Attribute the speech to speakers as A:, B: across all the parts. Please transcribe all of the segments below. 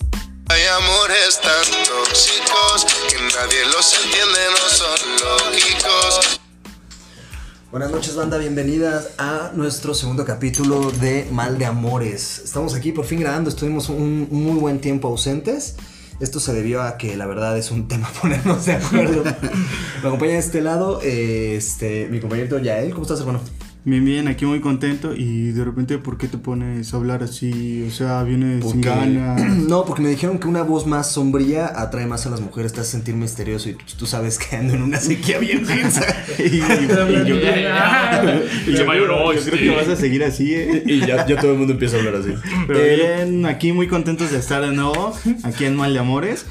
A: de amores tan tóxicos que nadie los entiende, no son lógicos.
B: Buenas noches banda, bienvenidas a nuestro segundo capítulo de Mal de Amores. Estamos aquí por fin grabando, estuvimos un muy buen tiempo ausentes. Esto se debió a que la verdad es un tema ponernos de acuerdo. Me acompaña de este lado eh, este, mi compañero Yael. ¿Cómo estás, hermano?
C: Bien, bien, aquí muy contento y de repente, ¿por qué te pones a hablar así? O sea, vienes
B: ¿Por
C: sin
B: qué?
C: ganas.
B: No, porque me dijeron que una voz más sombría atrae más a las mujeres, te hace sentir misterioso y tú tú sabes que ando en una sequía bien densa.
C: Y, y yo,
D: Y se me lloró,
C: yo creo que vas a seguir así, ¿eh?
E: Y ya, ya todo el mundo empieza a hablar así.
B: Eh,
C: Pero bien, aquí muy contentos de estar de nuevo, aquí en Mal de Amores.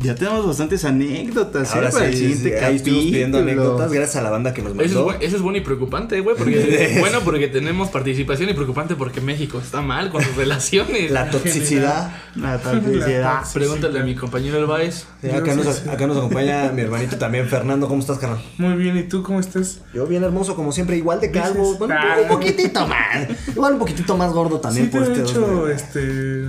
C: Ya tenemos bastantes anécdotas, ¿eh?
B: Ahora
C: Para el
B: sí,
C: siguiente
B: ahí estuvimos pidiendo
C: capítulo.
B: anécdotas gracias a la banda que nos mandó.
D: Eso es, bu- eso es bueno y preocupante, güey, porque bueno porque tenemos participación y preocupante porque México está mal con sus relaciones.
B: La toxicidad.
C: La toxicidad.
D: Pregúntale a mi compañero Elbaez.
B: Sí, acá, nos, acá nos acompaña mi hermanito también, Fernando. ¿Cómo estás, carnal?
F: Muy bien, ¿y tú cómo estás?
B: Yo bien hermoso, como siempre, igual de calvo.
F: Dices,
B: Bueno,
F: ah.
B: un poquitito más. Igual un poquitito más gordo también
F: sí, te
B: por
F: he
B: este dos
F: hecho
B: de-
F: este.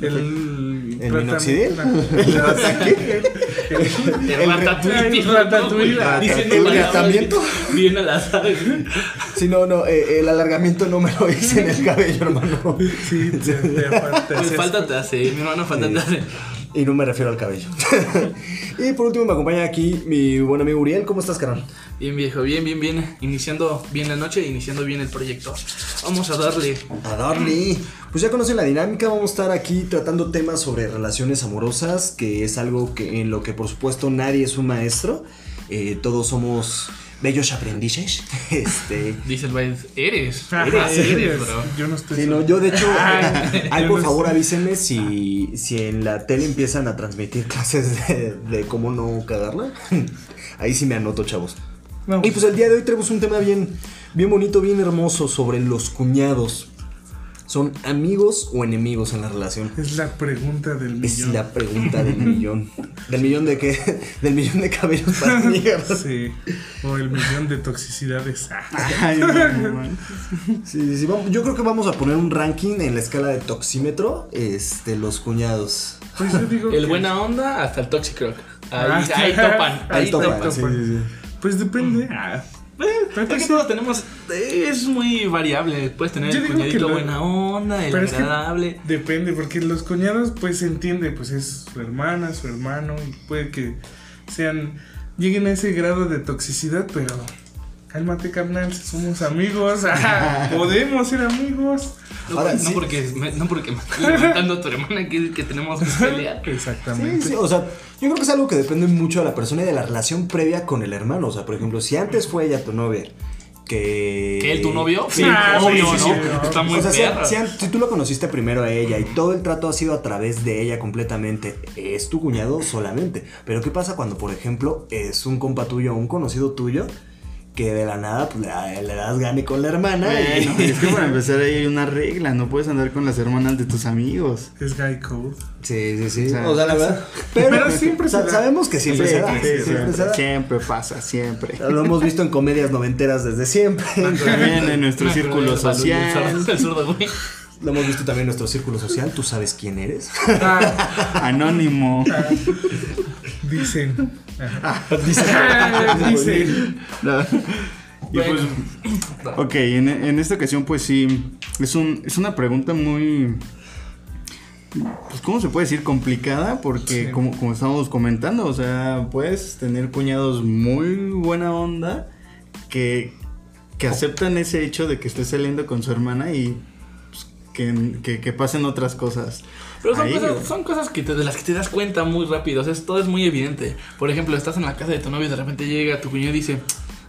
F: El.
B: ¿El
F: rata-
B: minoxidil?
F: no.
B: ¿El ataque?
F: El-
D: El ratatouille.
F: el ratatouille.
D: ¿no, güey? Diciendo
B: ¿El
D: palabras
B: tratamiento?
D: bien- Bien al azar.
B: Sí, no, no, eh, el alargamiento no me lo hice en el cabello, hermano.
F: Sí, te, te, aparte
D: Pues
F: haces-
D: falta te hace, mi hermano, falta te hace.
B: Y no me refiero al cabello. y por último me acompaña aquí mi buen amigo Uriel. ¿Cómo estás, carnal?
D: Bien viejo, bien, bien, bien. Iniciando bien la noche, iniciando bien el proyecto. Vamos a darle.
B: A darle. Pues ya conocen la dinámica, vamos a estar aquí tratando temas sobre relaciones amorosas, que es algo que en lo que por supuesto nadie es un maestro. Eh, todos somos bellos aprendices. Este.
D: Dice Elbaez, eres.
F: Ajá,
D: Eres,
F: Ah, eres.
D: bro.
F: Yo no estoy.
B: Sí, no,
F: seguro.
B: yo de hecho,
F: Pues Ay,
B: ay,
F: yo
B: por
F: no
B: favor
F: sé.
B: avísenme si, si en la tele empiezan a transmitir clases de, de cómo no cagarla. Ahí sí me anoto, chavos.
F: Vamos.
B: Y pues el día de hoy tenemos un tema bien, bien bonito, bien hermoso sobre los cuñados. ¿Son amigos o enemigos en la relación?
F: pues, Es la pregunta del
B: Es
F: millón.
B: la pregunta del millón. ¿Del millón de qué? Del millón de cabellos para mierda.
F: Sí. O el millón de toxicidades. Ah,
C: Ay, no, no, no.
B: Sí, sí, sí, vamos- yo creo que vamos a poner un ranking en la escala de toxímetro, este, los cuñados.
F: Pues yo digo.
D: El
F: que-
D: buena onda hasta el Toxicroc. Ahí,
F: Ah.
D: ahí topan.
B: Ahí
D: Ahí,
B: topan,
D: topan.
B: sí,
F: Pues depende. Ah,
D: Eh,
F: Pero
D: es que
F: sí.
D: todos tenemos. eh, Es muy variable. Puedes tener
F: Yo
D: el
F: digo que
D: cuñadito
F: lo-
D: buena onda, el
F: pero es que-
D: agradable.
F: Depende, porque los cuñados, pues se entiende, pues es su hermana, su hermano, y puede que sean. lleguen a ese grado de toxicidad, pero. cálmate, carnal, si somos amigos, ajá, podemos ser amigos.
D: No,
B: Ahora,
D: por- no
B: sí.
D: porque, me, no porque me estoy levantando a tu hermana que, que tenemos que pelear.
B: Sí,
F: Exactamente.
B: sí, o sea, yo creo que es algo que depende mucho de la persona y de la relación previa con el hermano. O sea, por ejemplo, si antes fue ella tu novia, que...
D: ¿Que él tu novio?
B: Sí,
F: Ah, sí,
D: obvio,
F: sí, sí,
D: ¿no?
F: sí.
D: Está muy
B: o sea, si,
D: perra.
B: si- si tú lo conociste primero a ella y todo el trato ha sido a través de ella completamente, es tu cuñado solamente. Pero ¿qué pasa cuando, por ejemplo, es un compa tuyo o un conocido tuyo que de la nada pues, le, le das gane con la hermana? y-
C: Bueno, es que para empezar ahí hay una regla, no puedes andar con las hermanas de tus amigos.
F: Es guy code.
B: Sí, sí, sí. O
C: O
B: sea, la
C: sea,
B: verdad. Pero,
F: pero siempre se
B: sa-
F: da.
B: sabemos que siempre se da.
C: sí,
B: siempre se da.
C: siempre, siempre pasa, siempre.
B: Lo hemos visto en comedias noventeras desde siempre.
C: También en nuestro
D: Me acordé
C: círculo
D: del balón del
C: social.
D: zurdo- del zurdo, güey.
B: Lo hemos visto también en nuestro círculo social. ¿Tú sabes quién eres?
F: Ah,
C: Anónimo.
F: dicen. Ajá.
B: Dice-
F: Ah, dicen.
C: No. Y
D: Bueno.
C: pues, ok, en, en esta ocasión pues sí, es, un, es una pregunta muy, pues cómo se puede decir, complicada, porque
F: Sí.
C: como, como estábamos comentando, o sea, puedes tener cuñados muy buena onda que, que aceptan ese hecho de que estés saliendo con su hermana y pues, que, que- que pasen otras cosas.
D: Pero son
C: Ahí,
D: cosas,
C: güey.
D: son cosas que te- de las que te das cuenta muy rápido. O sea, es- todo es muy evidente. Por ejemplo, estás en la casa de tu novio y de repente llega tu cuñado y dice.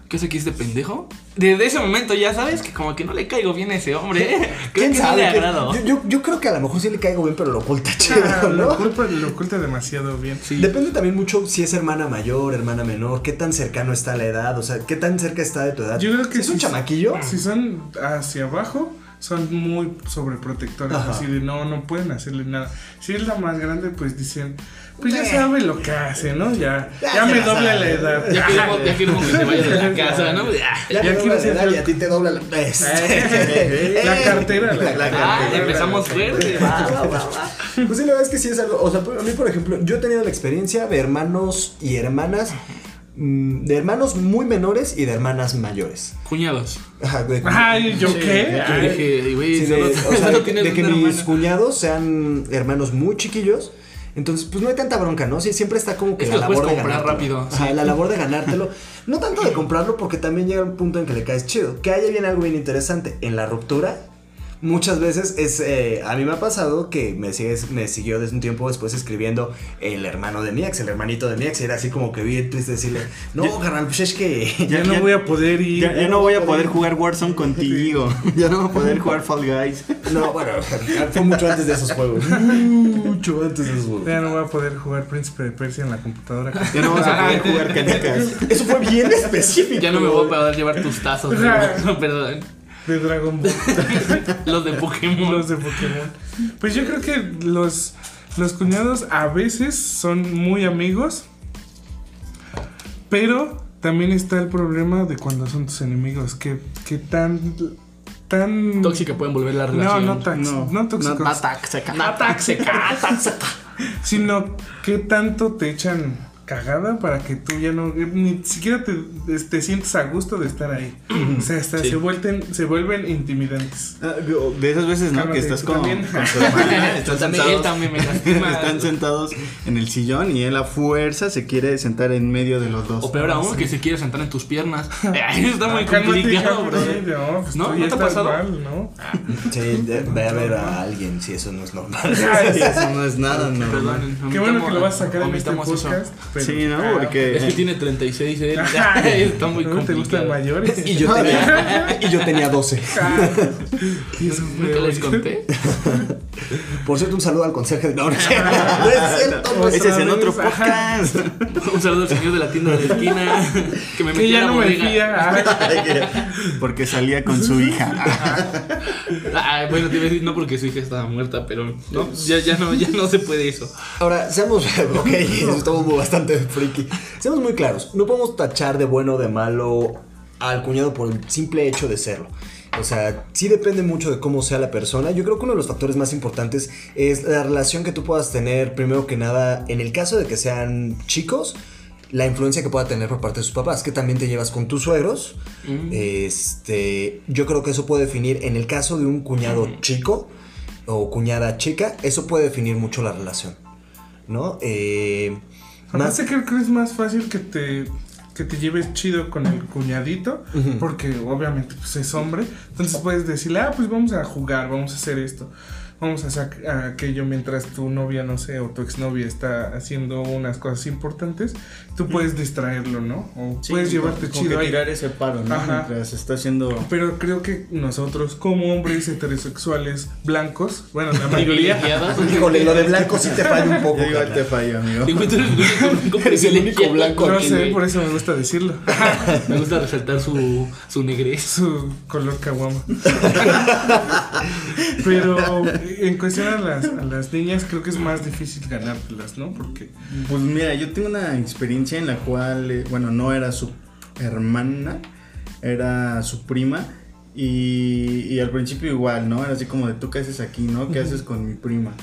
D: ¿Qué es aquí este pendejo? Desde ese momento ya sabes que como que no le caigo bien a ese hombre. ¿eh? Creo
B: ¿Quién
D: que no
B: sabe?
D: le
B: ¿Quién-
D: agrado.
B: yo, yo- yo creo que a lo mejor sí le caigo bien, pero lo oculta chido,
F: Ah, lo,
B: ¿no?
F: oculta, lo oculta demasiado bien.
D: Sí.
B: Depende también mucho si es hermana mayor, hermana menor, qué tan cercano está la edad, o sea, qué tan cerca está de tu edad.
F: Yo creo que
B: si es un
F: si-
B: chamaquillo.
F: Si son hacia abajo, son muy sobreprotectores.
B: Ajá.
F: Así de no, no pueden hacerle nada. Si es la más grande, pues dicen, pues ya
B: Eh.
F: sabe lo que hace, ¿no? Ya,
B: Ya
F: ya,
B: se
F: me
B: la
F: dobla
B: sabe.
F: la edad.
D: Ya queremos, ya queremos que se vaya de la casa, ¿no?
B: Ya te
F: Ya
B: dobla
F: quiero
B: la
F: ser
B: edad
F: yo.
B: y a ti te dobla la... este.
F: Eh, la cartera, la-
B: la
D: Ah,
B: cartera.
D: empezamos fuerte.
B: Va,
D: va.
B: va, va, va. Pues sí, la verdad es que sí es algo. O sea, por- a mí, por ejemplo, yo he tenido la experiencia de hermanos y hermanas. mm, De hermanos muy menores y de hermanas mayores.
D: Cuñados.
B: Ajá, de-
F: Ay, ¿yo qué?
D: Yo
F: Ay,
D: dije, güey,
B: sí, de,
D: solo,
B: o sea,
D: solo
B: de-
D: tienes
B: de que
D: una
B: mis
D: hermana.
B: cuñados sean hermanos muy chiquillos. Entonces, pues no hay tanta bronca, ¿no? Sí, siempre está como que
D: Es que
B: la
D: los
B: labor
D: puedes
B: de
D: comprar
B: ganártelo.
D: rápido,
B: Ajá, la labor de ganártelo. No tanto de comprarlo porque también llega un punto en que le caes chido. Que haya bien algo bien interesante en la ruptura. Muchas veces es, eh, a mí me ha pasado que me, sigues, me siguió desde un tiempo después escribiendo el hermano de mi ex, el hermanito de mi ex, y era así como que bien triste decirle, no, carnal, pues es que...
F: Ya,
C: Ya-
F: no
C: ya-
F: voy a poder ir.
C: Ya, ya no voy a poder jugar Warzone contigo. Ya no voy a poder jugar Fall Guys.
B: No, bueno, fue mucho antes de esos juegos. Mucho antes de esos juegos.
F: Ya no voy a poder jugar Príncipe de Persia en la computadora.
C: Ya no vamos a poder jugar canicas.
B: Eso fue bien específico.
D: Ya no me voy a poder llevar tus tazos. güey. Perdón.
F: De Dragon Ball.
D: Los de Pokémon.
F: los de Pokémon. Pues yo creo que los, los cuñados a veces son muy amigos. Pero también está el problema de cuando son tus enemigos. Que, que tan. tan.
D: Tóxica pueden volver la
F: No,
D: relación.
F: no, tax, no,
C: No,
F: tóxicos,
C: no tóxica.
D: No, tóxica, tóxica.
F: Sino que tanto te echan cagada para que tú ya no. ni siquiera te, te sientes a gusto de estar ahí. o sea, hasta
D: Sí.
F: se, vuelven, se vuelven intimidantes.
C: Ah, De esas veces, ¿no? que
F: Cálmate,
C: estás
F: tú
C: con,
F: también.
C: con su hermana.
D: Yo
C: están
D: también- él
C: sentados-
D: también me lastima.
C: Están sentados en el sillón y él a fuerza se quiere sentar en medio de los dos.
D: O peor aún, que se quiere sentar en tus piernas. Ahí está muy
F: Ah, Cálmate,
D: complicado,
F: cabrón.
D: bro.
F: No, pues
D: No,
F: tú
D: ¿no
F: ya
D: te ha
F: estás
D: pasado?
F: mal, ¿no?
B: Sí, de- ve a ver a alguien si eso no es normal.
C: Sí, eso no es nada, no.
D: Perdón.
F: Qué bueno que lo vas a sacar en este
D: omitamos eso.
F: podcast. pero-
C: Sí, ¿no? Porque-
D: Es que tiene 36 él.
F: Ajá.
D: Está muy
F: ¿No te gustan
D: complicado.
F: mayores? Ah,
B: Y yo tenía, y yo tenía 12.
F: Y eso fue-
D: ¿Nunca les conté?
B: Por cierto, un saludo al conserje de no, no es cierto. No es cierto, pues. no es
C: Ese es en
B: cierto.
C: otro
F: Ajá.
C: podcast.
D: Un saludo al señor de la tienda de la esquina. Que me
F: Que
D: metió a
F: ya
D: la
F: no me
D: bodega.
F: fía. Ah,
C: Porque salía con su hija.
D: Ah, bueno, te iba a decir, no porque su hija estaba muerta, pero no, ya, ya no, ya no se puede eso.
B: Ahora, seamos. Ok, estamos muy- bastante friki. Seamos muy claros. No podemos tachar de bueno o de malo al cuñado por el simple hecho de serlo. O sea, sí depende mucho de cómo sea la persona. Yo creo que uno de los factores más importantes es la relación que tú puedas tener, primero que nada, en el caso de que sean chicos, la influencia que pueda tener por parte de sus papás, que también te llevas con tus suegros. Este, yo creo que eso puede definir, en el caso de un cuñado chico o cuñada chica, eso puede definir mucho la relación, ¿no? Eh,
F: Además,
B: más,
F: sé que creo que es más fácil que te, que te lleves chido con el cuñadito, porque obviamente pues, es hombre. Entonces puedes decirle, ah, pues vamos a jugar, vamos a hacer esto, vamos a hacer aquello mientras tu novia, no sé, o tu exnovia está haciendo unas cosas importantes. Tú puedes distraerlo, ¿no? O puedes llevarte chido ahí.
C: tirar ese paro,
F: ¿no?
C: ¿no?
F: Mientras
C: Mientras está haciendo.
F: Pero creo que nosotros, como hombres heterosexuales blancos, bueno, la mayoría.
B: híjole, lo de blanco sí te falla un poco.
C: igual
B: carnal.
C: te fallo, amigo.
D: Digo, tú eres el único- único privilegiado
F: No
D: aquí,
F: sé,
D: güey.
F: por eso me gusta decirlo.
D: Me gusta resaltar su, su negrez.
F: su color caguama. Pero en cuestión a las, a las niñas, creo que es más difícil ganártelas, ¿no? Porque.
C: Pues mira, yo tengo una experiencia en la cual, eh, bueno, no era su hermana, era su prima. Y, y al principio igual, ¿no? Era así como de, ¿tú qué haces aquí, no? ¿Qué haces con mi prima?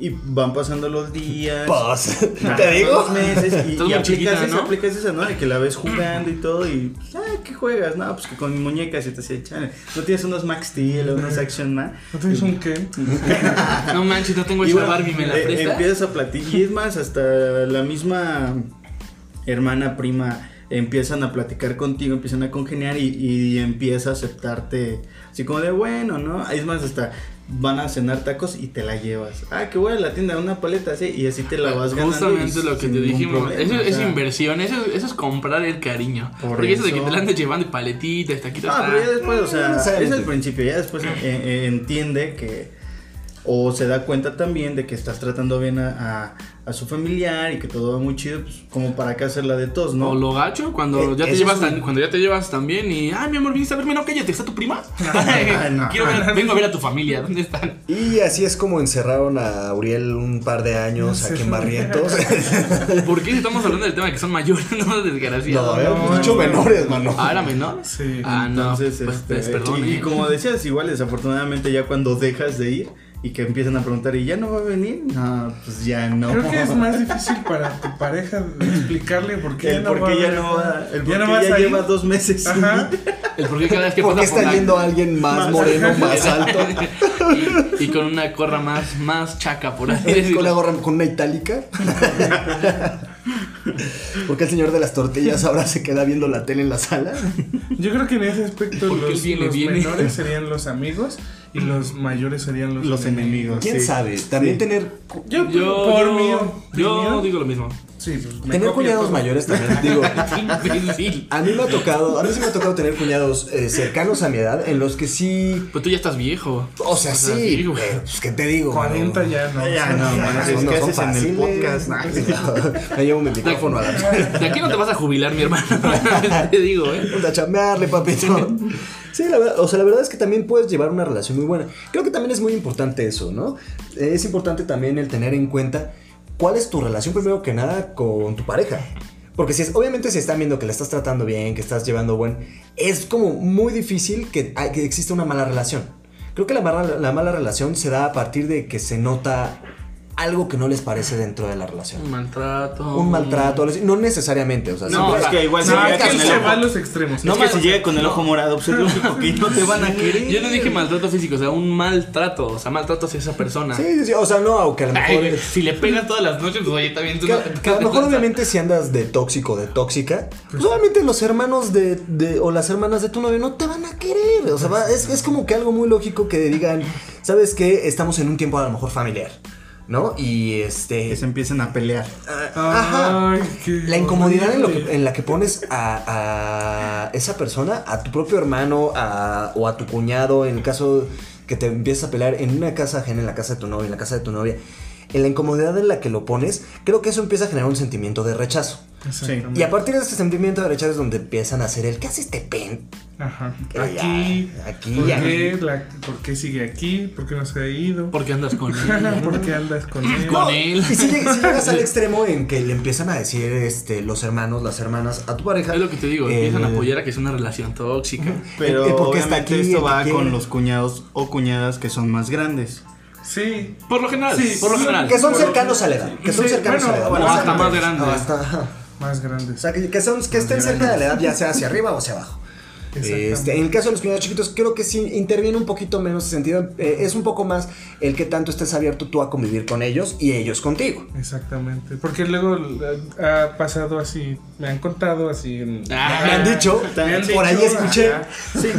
C: Y van pasando los días.
B: Paz.
C: Ajá,
B: ¿Te digo?
C: dos meses y, y
D: Estás muy
C: aplicas,
D: chiquita,
C: esa,
D: ¿no?
C: aplicas esa, ¿no? De que la ves jugando y todo y, ah, ¿qué juegas? No, pues que con mis muñecas y te hacía chale. ¿No tienes unos Max Steel o unos Action Man?
F: ¿No tienes un qué?
D: No manches, no tengo
C: Y
D: esa
C: bueno,
D: Barbie, ¿me la
C: eh,
D: prestas?
C: empiezas a platicar. Y es más, hasta la misma hermana, prima, empiezan a platicar contigo, empiezan a congeniar y, y empieza a aceptarte. Así como de bueno, ¿no? Es más, hasta van a cenar tacos y te la llevas. Ah, que voy a la tienda, una paleta, sí. Y así te la vas ganando.
D: Pues, Justamente
C: y
D: lo que
C: sin
D: te
C: ningún
D: dijimos.
C: problema,
D: eso
C: o
D: es
C: sea.
D: inversión, eso, es- eso es comprar el cariño.
C: Por
D: Porque eso de que
C: eso.
D: te la andes llevando de paletita, estaquita,
C: Ah, pero ya
D: está.
C: después, o sea,
B: No
C: es
B: necesariamente.
C: el principio, ya después eh, eh, entiende que o se da cuenta también de que estás tratando bien a, a- a su familiar y que todo va muy chido, pues como para qué hacerla de tos, ¿no?
D: O lo gacho cuando
C: Eh,
D: ya te
C: ese
D: llevas
C: es un-
D: tan- cuando ya te llevas tan bien y ay mi amor viniste a verme no cállate está tu prima
C: no.
D: Quiero ver- vengo a ver a tu familia dónde están
B: Y así es como encerraron a Uriel un par de años aquí en Barrientos.
D: ¿por qué si estamos hablando del tema de que son mayores no desgraciados
B: no,
C: eh.
B: habíamos
F: no,
B: dicho
F: no.
B: menores, mano.
D: ah era menor
F: Sí.
D: ah no
C: Entonces,
D: pues,
C: este,
D: pues, perdón
C: y, y
D: eh.
C: como decías, igual desafortunadamente ya cuando dejas de ir y que empiezan a preguntar, ¿y ya no va a venir? No, pues ya no.
F: Creo que es más difícil para tu pareja explicarle por qué
C: el por
F: va a
C: qué ya
F: haber-
C: no va, el por
F: ya no
C: qué
F: vas
C: ya
F: a ir.
C: lleva dos meses sin
F: Ajá.
C: ir.
D: el por qué cada vez que
B: ¿Por
D: pasa
B: qué está
D: la-
B: yendo alguien más moreno, más alto?
D: y, y con una corra más más chaca por así
B: Con una
D: decirlo
B: gorra, con una itálica. Porque el señor de las tortillas ahora se queda viendo la tele en la sala.
F: Yo creo que en ese aspecto
D: Porque él
F: los,
D: viene,
F: los
D: viene.
F: menores serían los amigos y los mayores serían los,
C: Los enemigos.
B: ¿Quién
C: Sí.
B: sabe? También
C: Sí.
B: tener
F: Yo,
D: yo
F: por
D: yo-
F: mi
D: yo
F: opinión,
D: digo lo mismo
F: sí, pues, me
B: tener
F: copio
B: cuñados
F: todo.
B: mayores también digo.
D: Imbécil.
B: A mí me ha tocado, a mí sí me ha tocado tener cuñados eh, cercanos a mi edad en los que sí
D: Pues tú ya estás viejo.
B: O sea, sí,
D: güey.
B: pero, pues, ¿qué te digo?
F: 40 ya no.
C: Ya no, mano,
B: Son-
C: es
B: no
C: que
B: son
C: haces en
B: fáciles.
C: el podcast. Nah.
B: Me llevo mi micrófono a la
D: De aquí no te vas a jubilar, mi hermano. Te digo, ¿eh?
B: a chamearle, papito. Sí, la verdad, o sea, la verdad es que también puedes llevar una relación muy buena. Creo que también es muy importante eso, ¿no? Eh, Es importante también el tener en cuenta cuál es tu relación primero que nada con tu pareja. Porque si es, obviamente si están viendo que la estás tratando bien, que estás llevando buen, es como muy difícil que, hay- que exista una mala relación. Creo que la mala, la mala relación se da a partir de que se nota algo que no les parece dentro de la relación.
D: Un maltrato.
B: Un maltrato, algo así. no necesariamente, o sea,
D: No,
B: siempre-
D: o sea,
C: igual
F: No,
C: llega
F: es que
C: con el
F: él se
C: ojo.
F: va a los extremos.
C: No, es
D: Es que
C: que
D: no.
C: si llega con el ojo morado, pues es lógico que no te van a querer.
D: Yo no dije maltrato físico, o sea, un maltrato. O sea, maltrato hacia esa persona.
B: Sí, sí, sí, o sea, no, aunque a lo
D: Ay,
B: mejor.
D: güey, si le pegas todas las noches, pues oye, también tú
B: que,
D: no-
B: que a lo mejor, obviamente, si andas de tóxico, de tóxica, pues obviamente los hermanos de, de- o las hermanas de tu novio no te van a querer. O sea, va- es, es como que algo muy lógico que digan, ¿sabes qué? Estamos en un tiempo a lo mejor familiar, ¿no? Y este.
C: Que se empiecen a pelear.
B: Ajá.
F: Ay, qué
B: La incomodidad en, lo que-
F: horrible.
B: en la que pones a, a esa persona, a tu propio hermano a- o a tu cuñado, en el caso que te empiezas a pelear en una casa ajena, en la casa de tu novia, en la casa de tu novia, en la incomodidad en la que lo pones, creo que eso empieza a generar un sentimiento de rechazo.
F: Exactamente.
B: Y a partir de ese sentimiento de rechazo es donde empiezan a hacer el ¿qué hace este pen?
F: Ajá.
B: Ya,
F: Aquí.
B: aquí,
F: ¿Por,
B: ya.
F: Qué, La- ¿Por qué sigue aquí? ¿Por qué no se ha ido?
D: ¿Por qué andas con él?
F: ¿Por qué andas con él?
D: Con
B: No,
D: él.
B: Y si, lleg- si llegas al extremo en que le empiezan a decir este, los hermanos, las hermanas a tu pareja.
D: Es lo que te digo,
B: el-
D: empiezan a apoyar a que es una relación tóxica.
C: Pero
B: Eh, porque está
C: obviamente
B: aquí,
C: esto
B: eh,
C: va
B: aquí.
C: con los cuñados o cuñadas que son más grandes.
F: Sí.
D: Por lo general,
F: Sí,
D: por lo
F: sí,
D: general.
B: Que son cercanos a la edad. Que son
F: Sí,
B: cercanos
F: bueno,
B: a la edad.
F: bueno,
B: Más
D: hasta más
B: cercanos.
D: grande.
B: Hasta-
F: Más
B: o
F: grandes.
B: sea, que, que son, que estén cerca de la edad, ya sea hacia arriba o hacia abajo.
F: Exactamente.
B: Este, en el caso de los cuñados chiquitos, creo que sí interviene un poquito menos ese sentido. eh, es un poco más el que tanto estés abierto tú a convivir con ellos y ellos contigo.
F: Exactamente. Porque luego eh, ha pasado así. Me han contado así. en-
D: Ah,
B: Me han dicho,
C: Te han
B: por ahí
F: dicho,
B: escuché.
F: ajá.
C: Sí,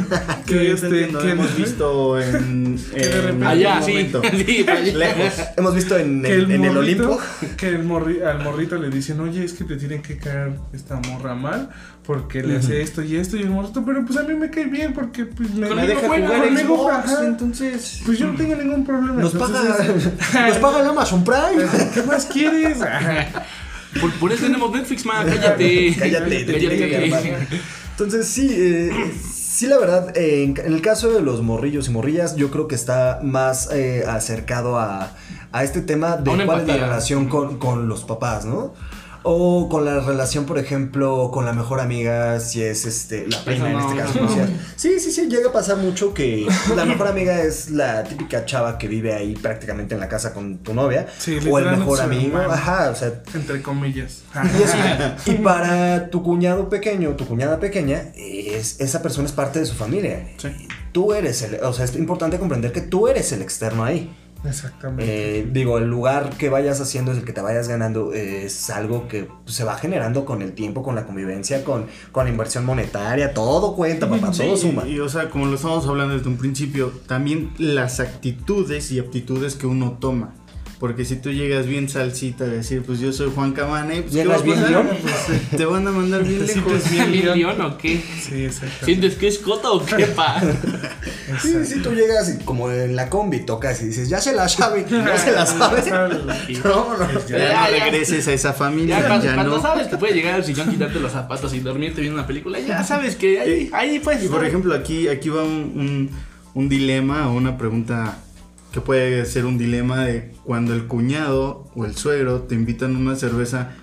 C: que
F: Que
C: yo te
F: este,
C: entiendo,
F: que-
C: hemos visto en,
F: de
C: en
F: repente-
C: algún
D: Allá, Ah, sí.
C: momento.
D: sí, pues, allá.
C: Lejos.
B: Hemos visto en,
F: Que
B: el, en el
F: morrito-
B: Olimpo.
F: Que el morri- al morrito le dicen, oye, es que te tienen que caer esta morra mal porque le hace esto y esto. Y el morrito, pero pues a mí me cae bien porque pues, me,
D: Conmigo
C: Me deja
D: juega,
C: jugar
F: conmigo,
C: Xbox,
F: ajá.
C: entonces.
F: Pues yo no tengo ningún problema.
B: Nos paga,
F: entonces,
B: nos paga el Amazon Prime.
F: ¿Qué más quieres? Ajá.
D: Por, por eso tenemos Netflix, man. Cállate.
B: Cállate, te tiene que calmar. Entonces, sí, eh, sí, la verdad, eh, en, en el caso de los morrillos y morrillas, yo creo que está más eh, acercado a, a este tema de
D: A una
B: cuál es la
D: empatía.
B: relación con, con los papás, ¿no? O con la relación, por ejemplo, con la mejor amiga, si es este la prima en
D: no,
B: este caso.
D: no.
B: o sea, Sí, sí, sí, llega a pasar mucho que la mejor amiga es la típica chava que vive ahí prácticamente en la casa con tu novia.
F: Sí,
B: o el
F: literalmente
B: mejor
F: su
B: amigo.
F: hermano.
B: Ajá, o sea,
F: Entre comillas.
B: y, es- y para tu cuñado pequeño, tu cuñada pequeña, es, esa persona es parte de su familia. Tú eres el, o sea, es importante comprender que tú eres el externo ahí.
F: Exactamente.
B: Eh, digo, el lugar que vayas haciendo es el que te vayas ganando, eh, es algo que se va generando con el tiempo, con la convivencia, con, con la inversión monetaria, todo cuenta, papá,
C: Sí,
B: todo suma.
C: Y, y, o sea, como lo estábamos hablando desde un principio, también las actitudes y aptitudes que uno toma. Porque si tú llegas bien salsita a decir, pues yo soy Juan Camane, pues ¿qué va
B: Llegas
C: a
B: bien
C: pasar?
B: guión.
C: Pues, eh, te van a mandar bien
F: Te
C: lejos.
F: sientes bien,
D: ¿Bien
F: Leon.
D: guión o qué?
F: Sí, exactamente.
D: ¿Sientes que es cota o qué, pa?
B: Sí, si tú llegas y como en la combi tocas y dices, ya se la sabe, no se la sabe. No, no.
C: Ya no regreses a esa familia,
D: Ya,
C: ya,
D: cuando, cuando
C: no.
D: sabes que puede llegar al sillón, quitarte los zapatos y dormirte viendo una película, ya sabes que ahí, ahí pues.
C: Y por ejemplo, aquí, aquí va un, un- un dilema o una pregunta que puede ser un dilema de cuando el cuñado o el suegro te invitan a una cerveza,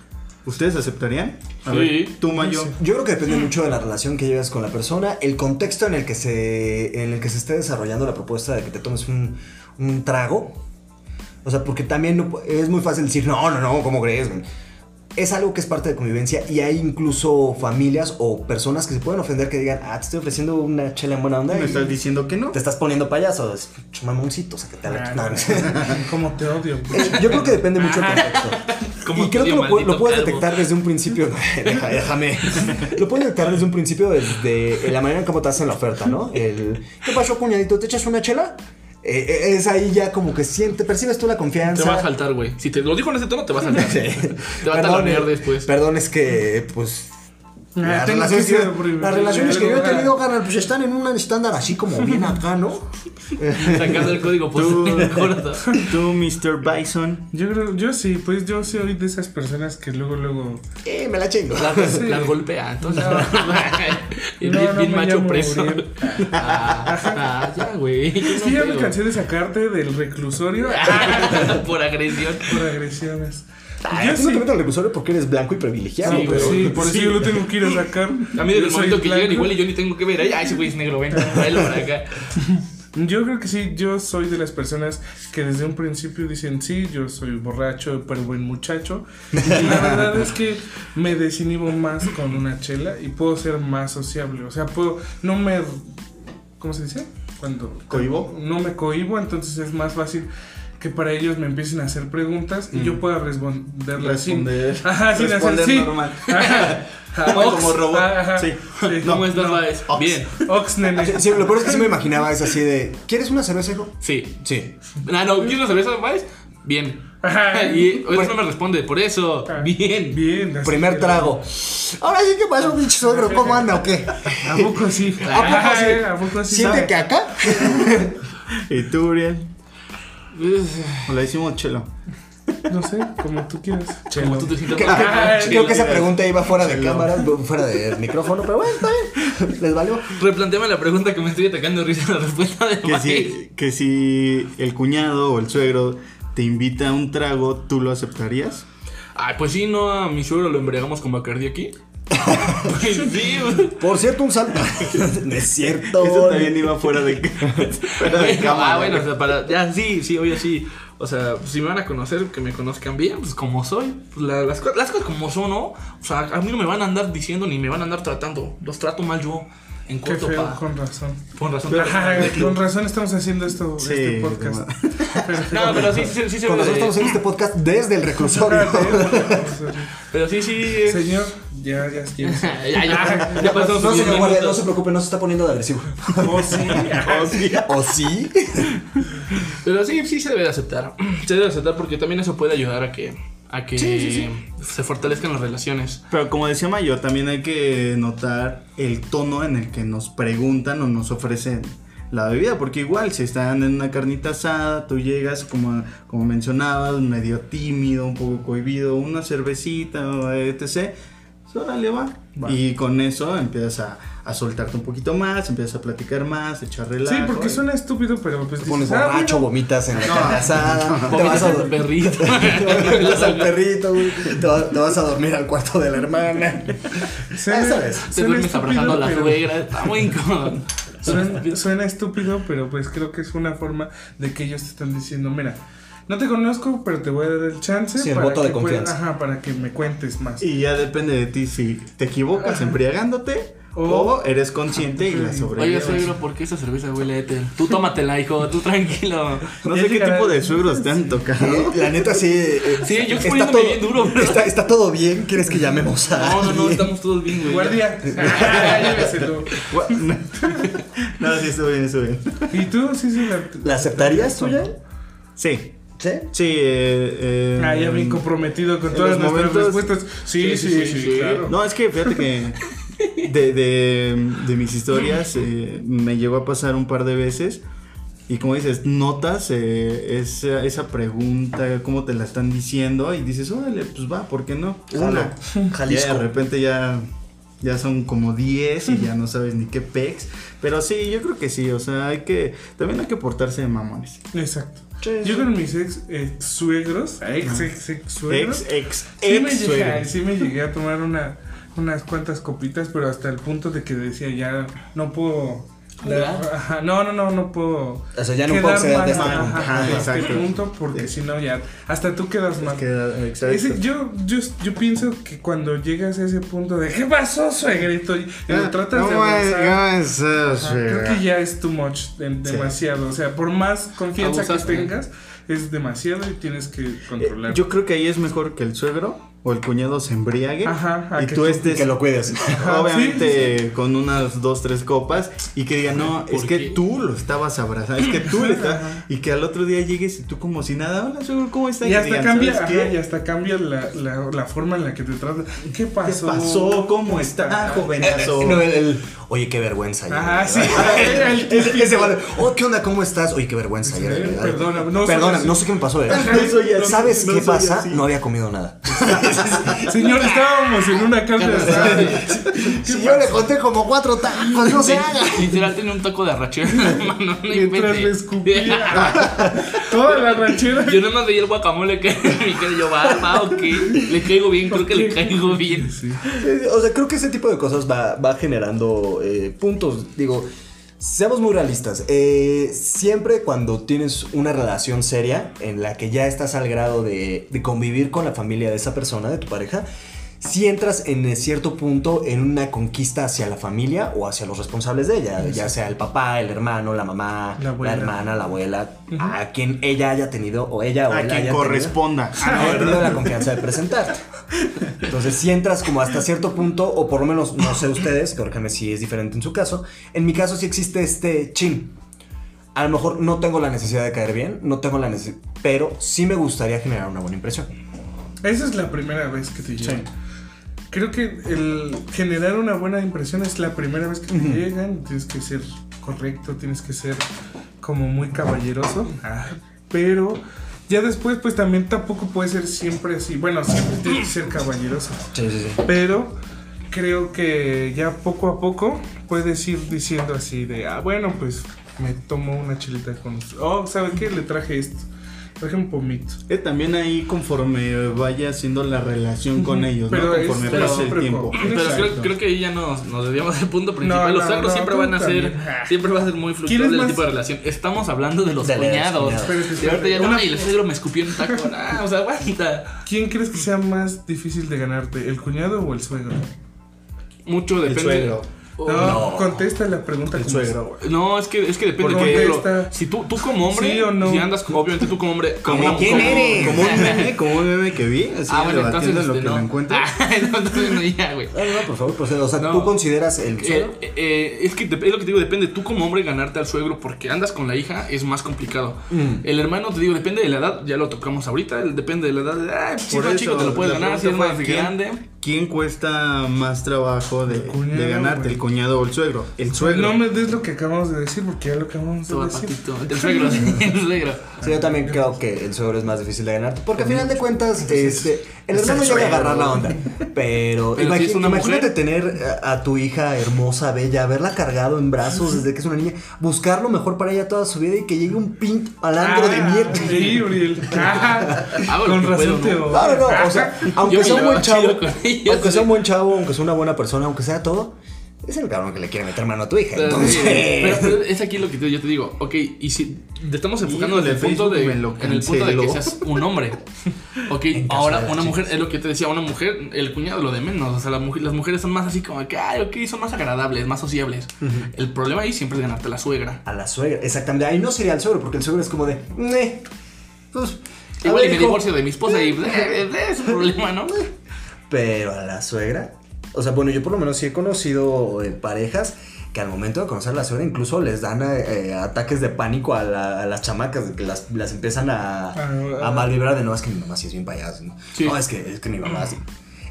C: ¿ustedes aceptarían? A
D: Sí.
C: ver, tú, Mayo.
B: Yo creo que depende
C: Mm.
B: mucho de la relación que lleves con la persona, el contexto en el que se, en el que se esté desarrollando la propuesta de que te tomes un, un trago. O sea, porque también no pu- es muy fácil decir, no, no, no, ¿cómo crees? güey?". Es algo que es parte de convivencia y hay incluso familias o personas que se pueden ofender que digan, ah, te estoy ofreciendo una chela en buena onda
C: ¿Me
B: y
C: estás diciendo que no?
B: te estás poniendo payaso. Es "Ch, mamoncito, o sea, que te la- no, no".
F: Como te odio, pues. bro.
B: Eh, Yo creo que depende mucho del contexto.
D: ¿Cómo
B: Y creo
D: te
B: que
D: odio,
B: lo, pu- lo
D: maldito
B: puedes
D: calvo?
B: detectar desde un principio. Deja- Déjame. Lo puedes detectar desde un principio desde la manera en cómo te hacen la oferta, ¿no? El, ¿Qué pasó, cuñadito? ¿Te echas una chela? Eh, eh, es ahí ya como que siente, percibes tú la
D: Te
B: confianza.
D: va a saltar, güey. Si te lo dijo en ese tono, te va a saltar. Te va a
B: Perdón,
D: talonear
B: eh,
D: después.
B: Perdón, es que, pues.
F: Ah,
B: Las
F: tengo
B: relaciones,
F: que
B: que,
F: ser primero.
B: las relaciones que yo he
F: Luego,
B: tenido, carnal, pues están en un estándar así como bien acá, ¿no?
D: Sacando el código
C: Tú,
D: postal en corto.
C: tú, Mr. Bison.
F: Yo creo, yo sí, pues yo soy de esas personas que luego, luego.
B: Eh, me la chingo.
D: Las, las golpea, entonces. bien
F: No,
D: bien-
F: no
D: bien
F: me
D: macho
F: llamo
D: preso.
F: Uriel.
D: Ah, ah, ya, güey.
F: Es que ya me cansé de sacarte del reclusorio
D: Por agresión.
F: por agresiones.
B: Yo
F: Yo
B: no te
F: sí.
B: meto al reclusorio porque eres blanco y privilegiado.
F: Sí,
B: pero-
F: sí, por eso yo lo tengo que ir a sacar.
D: A mí desde
F: Yo
D: el
F: soy
D: momento que
F: blanco.
D: llegan igual y yo ni tengo que ver. Ay, ah, ese güey es negro, ven, tráelo para acá.
F: Yo creo que sí, yo soy de las personas que desde un principio dicen, sí, yo soy borracho, pero buen muchacho. Y la verdad es que me desinhibo más con una chela y puedo ser más sociable. O sea, puedo, no me... ¿Cómo se dice? Cuando...
C: ¿Cohibo?
F: No me cohibo, entonces es más fácil que para ellos me empiecen a hacer preguntas y
B: Mm.
F: yo pueda responderlas sin...
C: Responder.
F: Ajá, sin
C: Responder
F: hacer, sí.
C: normal.
F: Ajá.
C: Como- como robot.
F: Ajá.
C: Sí.
F: Sí.
D: ¿Cómo estás,
F: No.
D: Baez? Bien.
F: Ox, nene.
B: Sí, sí, lo peor es que sí me imaginaba, es así de, ¿quieres una cerveza, hijo?
D: Sí.
B: Sí.
D: Ah, no, ¿quieres una cerveza, Vice? Bien.
F: Ajá.
D: Y eso no me responde, por eso.
F: Ah.
D: Bien.
F: Bien. así
B: Primer
F: que-
B: trago. Ahora sí que pasó, pinche suegro, ¿cómo anda o qué?
F: ¿A poco sí?
D: Ah,
B: ¿A poco sí?
F: Ay, eh, ¿A poco sí?
B: ¿Siente
F: sabe?
B: que acá?
C: ¿Y tú, Uriel?
D: pues,
C: O le decimos chelo.
F: No sé, como tú quieras.
D: Como tú te sientas.
B: Creo
F: Ay,
B: que, creo que esa
D: Chelo.
B: pregunta iba fuera de cámara, fuera del micrófono, pero bueno, está bien. Les valió.
D: Replanteame la pregunta que me estoy atacando de risa la respuesta de
C: Que
D: Vice.
C: si, que si el cuñado o el suegro te invita a un trago, ¿tú lo aceptarías?
D: Ay, pues sí, no, a mi suegro lo embriagamos con Bacardi aquí. pues sí, güey.
B: Por cierto, un saludo. No es cierto.
C: Eso también iba fuera de, fuera de
D: Bueno,
C: cámara.
D: ah, bueno, o sea, para, ya, sí, sí, oye, sí. O sea, si me van a conocer, que me conozcan bien, pues como soy. Pues, la- las, co- las cosas como son, ¿no? O sea, a mí no me van a andar diciendo ni me van a andar tratando. Los trato mal yo. En
F: Qué
D: corto,
F: feo,
D: pa.
F: con razón.
D: Con razón.
F: Ay, con razón estamos haciendo esto,
C: Sí,
F: este podcast.
D: No, pero sí, sí, sí se
B: Con
D: ve
B: nosotros
D: de-
B: estamos en este podcast desde el reclusorio.
D: Pero sí, sí. eh.
F: Señor, ya, ya, ya.
D: ya, ya, ya
B: No,
D: pasó sus
B: señor
D: diez
B: guardia, no
D: minutos.
B: se preocupe, no se está poniendo de agresivo.
F: Oh, sí.
B: ¿O sí?
D: Pero sí, sí se debe de aceptar. Se debe de aceptar porque también eso puede ayudar a que, a que se fortalezcan las relaciones.
C: Pero como decía Mayo, también hay que notar el tono en el que nos preguntan o nos ofrecen la bebida, porque igual si están en una carnita asada, tú llegas como, como mencionabas, medio tímido, un poco cohibido, una cervecita, etc. pues, Órale, va. Y con eso empiezas a, a soltarte un poquito más, empiezas a platicar más, echar relajo.
F: Sí, porque suena estúpido, pero pues
B: Te pones
F: dices, ah,
B: borracho,
F: bueno,
B: vomitas en la carne asada, te vas
D: Vomitas
B: a
D: al
B: dormir.
D: perrito.
B: Te vas al perrito, güey. Te, va- te vas a dormir al cuarto de la hermana.
F: suena-
B: Esa vez.
D: Te
F: suena
D: duermes
F: estúpido,
D: abrazando a la
F: pero-
D: suegra. Está muy incómodo.
F: Suena, suena estúpido, pero pues creo que es una forma de que ellos te están diciendo, mira, no te conozco, pero te voy a dar el chance
B: Sí, el voto
F: que
B: de
F: pueda-
B: confianza.
F: ajá, para que me cuentes más.
C: Y ya depende de ti si te equivocas embriagándote
F: O-
C: o eres consciente y la
D: Oye,
C: sobrelleves.
D: suegro, ¿por qué esa cerveza huele a éter? Tú tómatela, hijo. Tú tranquilo.
C: No
F: Ya
C: sé qué
F: llegará-
C: tipo de suegros te han tocado.
B: Eh, La neta, sí. eh,
D: Sí, yo exponiéndome bien duro, pero-
B: Está, está todo bien. ¿Quieres que llamemos a.?
D: No, no, no.
B: alguien?
D: Estamos todos bien, güey.
F: Guardia, Ah, lléveselo.
C: Gua- No, No, sí, estuvo bien, estuvo bien.
F: ¿Y tú? Sí, sí, la...
B: ¿La aceptarías tuya?
C: Sí,
B: Sí.
C: sí. Eh, eh,
F: Ah, ya bien comprometido con
C: En
F: todas
C: los
F: nuestras
C: momentos-
F: respuestas. Sí, sí, sí, claro.
C: No, es que fíjate que de, de- de mis historias eh, me llegó a pasar un par de veces. Y como dices, notas eh, esa, esa pregunta, cómo te la están diciendo. Y dices, órale, pues va, ¿por qué no?
B: Jalo. Jalisco.
C: Ya de repente ya, ya son como 10 y ya no sabes ni qué pex. Pero sí, yo creo que sí. O sea, hay que. También hay que portarse de mamones.
F: Exacto. Yo con mis ex, ex suegros, ex, ex, ex suegros,
C: Ex, ex,
F: sí, me
C: ex.
F: llegué,
C: suegro.
F: sí me llegué a tomar una, unas cuantas copitas, pero hasta el punto de que decía ya no puedo.
D: ¿Verdad?
F: Ajá, no, no, no, no puedo.
B: O sea, ya no
F: quedar
B: puedo acceder
F: mal,
B: a este
F: ajá,
B: punto.
F: ajá,
C: Ajá,
F: a este
C: exacto.
F: punto, porque si no, ya. Hasta tú quedas mal.
C: Es que, eh, exacto.
F: Ese- yo, yo, yo pienso que cuando llegas a ese punto de ¿qué pasó, suegrito? Y
C: Ah,
F: lo tratas de
C: ¿Cómo es-
F: abrazar.
C: cómo es eso,
F: Ajá,
C: suegra?
F: Creo que ya es too much, de- demasiado. O sea, por más confianza
D: Abusaste.
F: que tengas, es demasiado y tienes que
C: Eh,
F: controlar.
C: Yo creo que ahí es mejor que el suegro o el cuñado se embriague
F: Ajá, ajá,
C: y
F: que
C: tú
F: tú-
C: estés
B: Que lo cuides.
F: Ajá,
C: obviamente con unas dos tres copas y que diga no
D: ¿Por
C: es que
D: qué?
C: tú lo estabas abrazando es que tú le estabas y que al otro día llegues y tú como si nada hola suegro cómo está
F: y hasta
C: digan,
F: cambia,
C: "¿Sabes
F: ajá,
C: qué?
F: y hasta cambia la, la, la forma en la que te tratas. ¿Qué
C: ¿Qué
F: pasó?
C: pasó cómo está ah, jovenazo
B: No, el, el, oye, qué vergüenza. ayer,
F: Ajá, sí.
B: ¿verdad?"
F: El- el-
B: Ese vale. Oh, ¿qué onda? ¿Cómo estás? Oye, qué vergüenza. ayer,
F: Sí,
B: ¿verdad?
F: perdona, no soy
B: Perdona,
F: así.
B: no sé qué me pasó. ¿verdad?
C: No soy así,
B: ¿Sabes
C: no
B: qué
C: soy
B: pasa?
C: así.
B: No había comido nada.
F: Señor, estábamos en una carne asada.
B: Si yo le conté como cuatro tacos, no se haga.
D: Literal tenía un taco de arrachera en la mano, no
F: Mientras
D: inventes.
F: le escupía toda la ranchera.
D: Yo nomás veía el guacamole que en mi cara y yo, va, va, ok. Le caigo bien, creo que le caigo bien.
B: O sea, creo que ese tipo de cosas va, va generando eh, puntos. Digo, seamos muy realistas. Eh, siempre cuando tienes una relación seria en la que ya estás al grado de, de convivir con la familia de esa persona, de tu pareja, si entras en eh, cierto punto en una conquista hacia la familia o hacia los responsables de ella, ya sea el papá, el hermano, la mamá,
F: La
B: la,
F: abuela.
B: hermana, la abuela, a quien ella haya tenido o ella o
C: a
B: él
C: quien
B: haya tenido
C: corresponda Ah,
B: no he tenido la confianza de presentarte. Entonces, si entras como hasta cierto punto, o por lo menos, no sé ustedes, corríjame si es diferente en su caso, en mi caso sí existe este chin. A lo mejor no tengo la necesidad de caer bien, no tengo la necesidad, pero sí me gustaría generar una buena impresión.
F: Esa es la primera vez que te llegan. Creo que el generar una buena impresión es la primera vez que te llegan. Tienes que ser correcto, tienes que ser como muy caballeroso. Ah, Pero ya después, pues también tampoco puede ser siempre así. Bueno, siempre tienes que ser caballeroso.
B: Sí, sí, sí.
F: Pero creo que ya poco a poco puedes ir diciendo así de, ah, bueno, pues me tomo una chilita con... Oh, ¿sabes qué? Le traje esto. Traje un pomito.
C: eh, también ahí conforme vaya siendo la relación con ellos,
F: Pero
C: ¿no?
F: es-
C: conforme
F: pero
C: pase el
F: siempre
C: tiempo.
F: con-
D: Pero creo,
F: Exacto.
D: creo que ahí ya nos, nos desviamos del punto principal.
F: No,
D: los
F: no,
D: suegros
F: no,
D: siempre
F: tú
D: van a ser,
F: también. Ah.
D: siempre va a ser muy
F: ¿Quién
D: fluctuable
F: es
D: el
F: más-
D: tipo de relación. Estamos hablando de los
B: De los
D: cuñados.
B: cuñados.
F: Pero es que
D: Y ahorita ya no,
F: una-
D: y el suegro me escupió un taco. Ah, o sea, aguanta.
F: ¿Quién crees que sea más difícil de ganarte, el cuñado o el suegro?
D: Mucho depende.
C: suegro.
D: Oh,
F: No, contesta la pregunta
C: El
F: como
C: suegro,
F: es.
C: güey.
D: No, es que, es que depende.
F: Por
D: que,
F: contesta.
D: si tú, tú como hombre,
F: ¿Sí o no?
D: si andas, como- obviamente tú como hombre, como,
B: quién
D: como-
B: eres?
C: Como un meme, como un meme que vi, así
D: Ah, bueno, entonces
C: debatiendo
D: este,
C: lo que
D: no.
C: me encuentro.
D: Ah, no, entonces no, ya, güey.
B: No, no, por favor, pues, o sea,
D: No.
B: tú consideras el
D: Eh,
B: suegro?
D: eh, eh, es que dep- es lo que te digo, depende tú como hombre ganarte al suegro porque andas con la hija es más complicado.
C: Mm.
D: El hermano te digo, depende de la edad, ya lo tocamos ahorita, el- depende de la edad. de, ah, si es
C: Por
D: más
C: eso,
D: chico te lo puedes
C: la
D: ganar, si es
C: pregunta
D: más
C: fue, ¿quién-
D: grande.
C: ¿Quién cuesta más trabajo de,
F: cuñado,
C: de ganarte,
F: güey.
C: el cuñado o el suegro? El suegro.
F: No me des lo que acabamos de decir porque ya lo acabamos de
D: Todo
F: decir.
D: patito, el suegro, sí, el suegro.
B: Sí, yo también creo que el suegro es más difícil de ganar. Porque al final de cuentas, este, el hermano llega a agarrar la onda. Pero,
D: Pero si
B: imagi-
D: es una
B: imagínate
D: mujer.
B: tener a, a tu hija hermosa, bella, haberla cargado en brazos desde que es una niña, buscar lo mejor para ella toda su vida y que llegue un pin malandro de mierda.
F: Sí, Uriel. Ah,
D: Ah, bueno,
F: Con
D: que puedo,
F: razón te
D: ¿no?
F: odio.
B: No, no, no, o sea, aunque
D: Yo
B: sea
D: me
B: un buen
D: llevaba
B: chavo,
D: chido con ellos,
B: aunque sea
D: sí.
B: un buen chavo, aunque sea una buena persona, aunque sea todo, es el cabrón que le quiere meter mano a tu hija.
D: Pero, sí,
B: Entonces,
D: pero- pues pero es aquí lo que te- yo te digo, ok, y si te estamos enfocando
C: Híjole,
D: desde el punto
C: Facebook
D: de,
C: me lo
D: en el punto de que
C: canceló.
D: seas un hombre. Ok,
B: caso
D: ahora
B: de las
D: una mujer, es lo que te decía, una mujer, el cuñado lo de menos, o sea, la mujer- las mujeres son más así como que, ay, ok, son más agradables, más sociables. El problema ahí siempre es ganarte a la suegra.
B: a la suegra, exactamente. Ahí no sería el suegro, porque el suegro es como de, "Neh, pues, a
D: Igual y
B: ver,
D: me
B: hijo,
D: divorcio de mi esposa y es un problema, ¿no?
B: Pero a la suegra. O sea, bueno, yo por lo menos sí he conocido eh, parejas que al momento de conocer a la suegra incluso les dan eh, eh, ataques de pánico a, la- a las chamacas, de que las, las empiezan a,
F: Ah,
B: a mal vibrar de no, es que mi mamá sí es bien payaso. ¿no?
D: Sí.
F: Mm.
B: No, es que, es que mi mamá sí.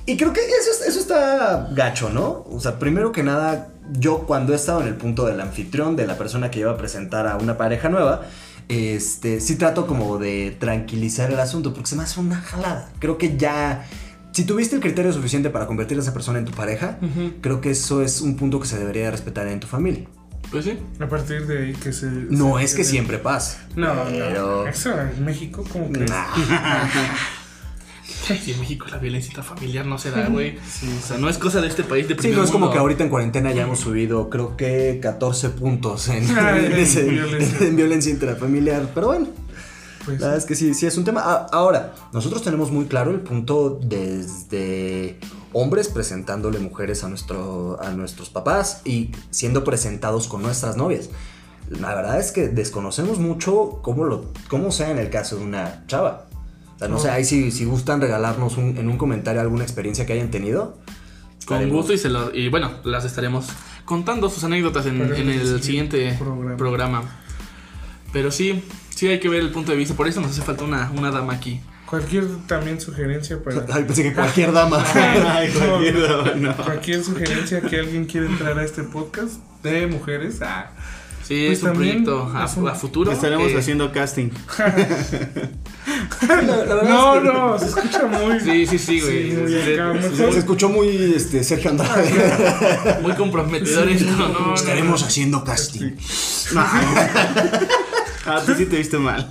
B: Y creo que eso, es- eso está gacho, ¿no? O sea, primero que nada, yo cuando he estado en el punto del anfitrión, de la persona que iba a presentar a una pareja nueva, este, sí trato como de tranquilizar el asunto, porque se me hace una jalada. Creo que ya, si tuviste el criterio suficiente para convertir a esa persona en tu pareja,
D: Ujú.
B: creo que eso es un punto que se debería de respetar en tu familia.
D: Pues sí.
F: A partir de ahí que se.
B: No
F: se-
B: es que siempre pase.
F: No, no.
B: Pero-
F: Eso en México, como que.
B: Nah.
D: Ay, sí, en México la violencia familiar no se da, güey. o sea, no es cosa de este país de
B: Sí,
D: primer
B: no es como
D: mundo.
B: que ahorita en cuarentena ya hemos subido, creo que 14 puntos en,
F: Ay,
B: en ese- en violencia.
F: violencia.
B: intrafamiliar. Pero bueno,
F: Pues,
B: la verdad es que sí, sí es un tema. A- Ahora, nosotros tenemos muy claro el punto desde hombres presentándole mujeres a, nuestro, a nuestros papás y siendo presentados con nuestras novias. La verdad es que desconocemos mucho cómo, lo, cómo sea en el caso de una chava. O sea, no sé, ahí si, si gustan regalarnos un- en un comentario alguna experiencia que hayan tenido.
D: Con
B: estaremos-
D: gusto y, se lo, y bueno, las estaremos contando sus anécdotas en,
F: Para
D: en
F: el
D: el siguiente programa.
F: programa.
D: Pero sí, sí hay que ver el punto de vista. Por eso nos hace falta una, una dama aquí.
F: Cualquier también sugerencia para.
B: Ay, pensé que cualquier dama.
C: Ay, jodido, no.
F: Cualquier sugerencia que alguien quiera entrar a este podcast de mujeres. Ah,
D: Sí,
F: Pues
D: es un
F: también
D: proyecto a,
F: es un-
D: a futuro. eh,
C: Estaremos
D: que-
C: haciendo casting.
F: no, no, se escucha muy.
D: Sí, sí, sí, güey.
F: muy
D: Sí,
F: acá,
D: sí,
F: mejor.
B: Se escuchó muy este, Sergio Andrade.
D: Muy comprometedor esto, ¿no? no, no.
B: Estaremos haciendo casting.
C: Ah, tú sí te viste mal.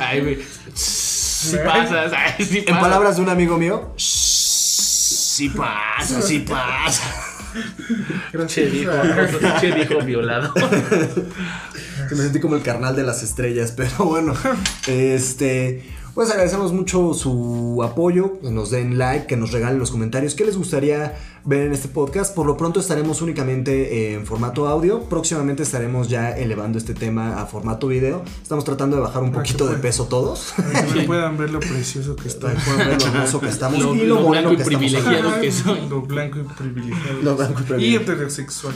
D: Ay, güey. Si pasas, ay, si
B: En
D: pasas.
B: palabras de un amigo mío. Sí pasa, sí pasa.
D: Che
F: Gracias.
D: viejo,
F: Ah,
D: che viejo violado.
B: Que me sentí como el carnal de las estrellas, pero bueno. Este. Pues agradecemos mucho su apoyo, que nos den like, que nos regalen los comentarios. ¿Qué les gustaría ver en este podcast? Por lo pronto estaremos únicamente en formato audio. Próximamente estaremos ya elevando este tema a formato video. Estamos tratando de bajar un poquito de peso todos.
F: para que puedan ver lo precioso que está.
B: Pueden ver lo hermoso que estamos
D: Lo-
B: y
D: lo
B: lo, bueno
D: blanco
B: que
D: y
B: estamos
D: privilegiado.
B: aquí.
D: Privilegiado que soy.
F: Lo blanco y privilegiado.
B: Lo blanco y
F: Y
B: privilegiado.
F: heterosexual.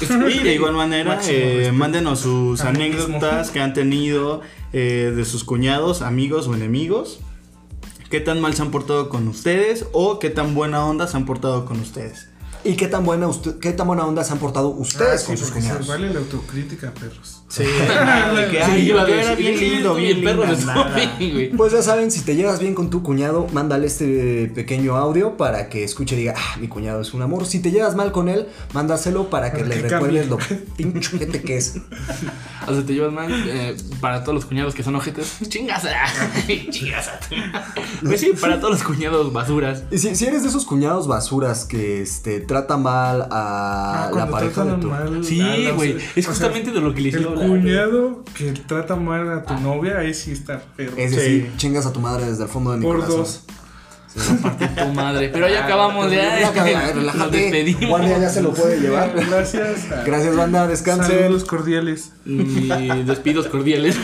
C: Y de igual manera,
F: Máximo
C: eh,
F: respeto.
C: mándenos sus
F: Ah,
C: anécdotas que han tenido eh, de sus cuñados, amigos o enemigos. ¿Qué tan mal se han portado con ustedes o qué tan buena onda se han portado con ustedes?
B: ¿Y qué tan, buena usted- qué tan buena onda se han portado
F: Ah,
B: ustedes
F: sí,
B: con sus
F: porque se
B: cuñados?
F: vale la autocrítica, perros.
C: Sí, de que,
D: Sí,
C: ay,
D: iba a
C: yo era
D: decir,
C: bien lindo,
D: bien
C: bien
D: perro
C: lindo.
D: de
C: nada.
D: zombie, güey.
B: Pues ya saben, si te llevas bien con tu cuñado, mándale este pequeño audio para que escuche y diga, ah, mi cuñado es un amor. Si te llevas mal con él, mándaselo para que
F: Para
B: le
F: que
B: recuerdes
F: cambie.
B: lo pinche gente que es.
D: O sea, te llevas mal eh, para todos los cuñados que son ojetes. Chingas a, chingas a tu madre. Pues sí, para todos los cuñados basuras.
B: Y si, si eres de esos cuñados basuras que este, trata mal a Ah, la
F: Ah, cuando
B: pareja de
F: tratan
B: tu...
F: mal
D: Sí,
F: a la-
D: güey. Es
F: o sea,
D: justamente de lo que les
F: El
D: iba a hablar, güey.
F: cuñado que trata mal a tu novia, ahí sí está perro.
B: Es decir, chingas a tu madre desde el fondo de mi
F: Por
B: corazón.
F: dos.
D: Parte tu madre. Pero ya acabamos, ya.
B: Ya, cabrón,
D: Nos
B: relájate.
D: despedimos.
B: Guardia ya se lo puede llevar.
F: Gracias.
B: Gracias, banda. Descansen.
F: Saludos cordiales.
D: Y despidos cordiales.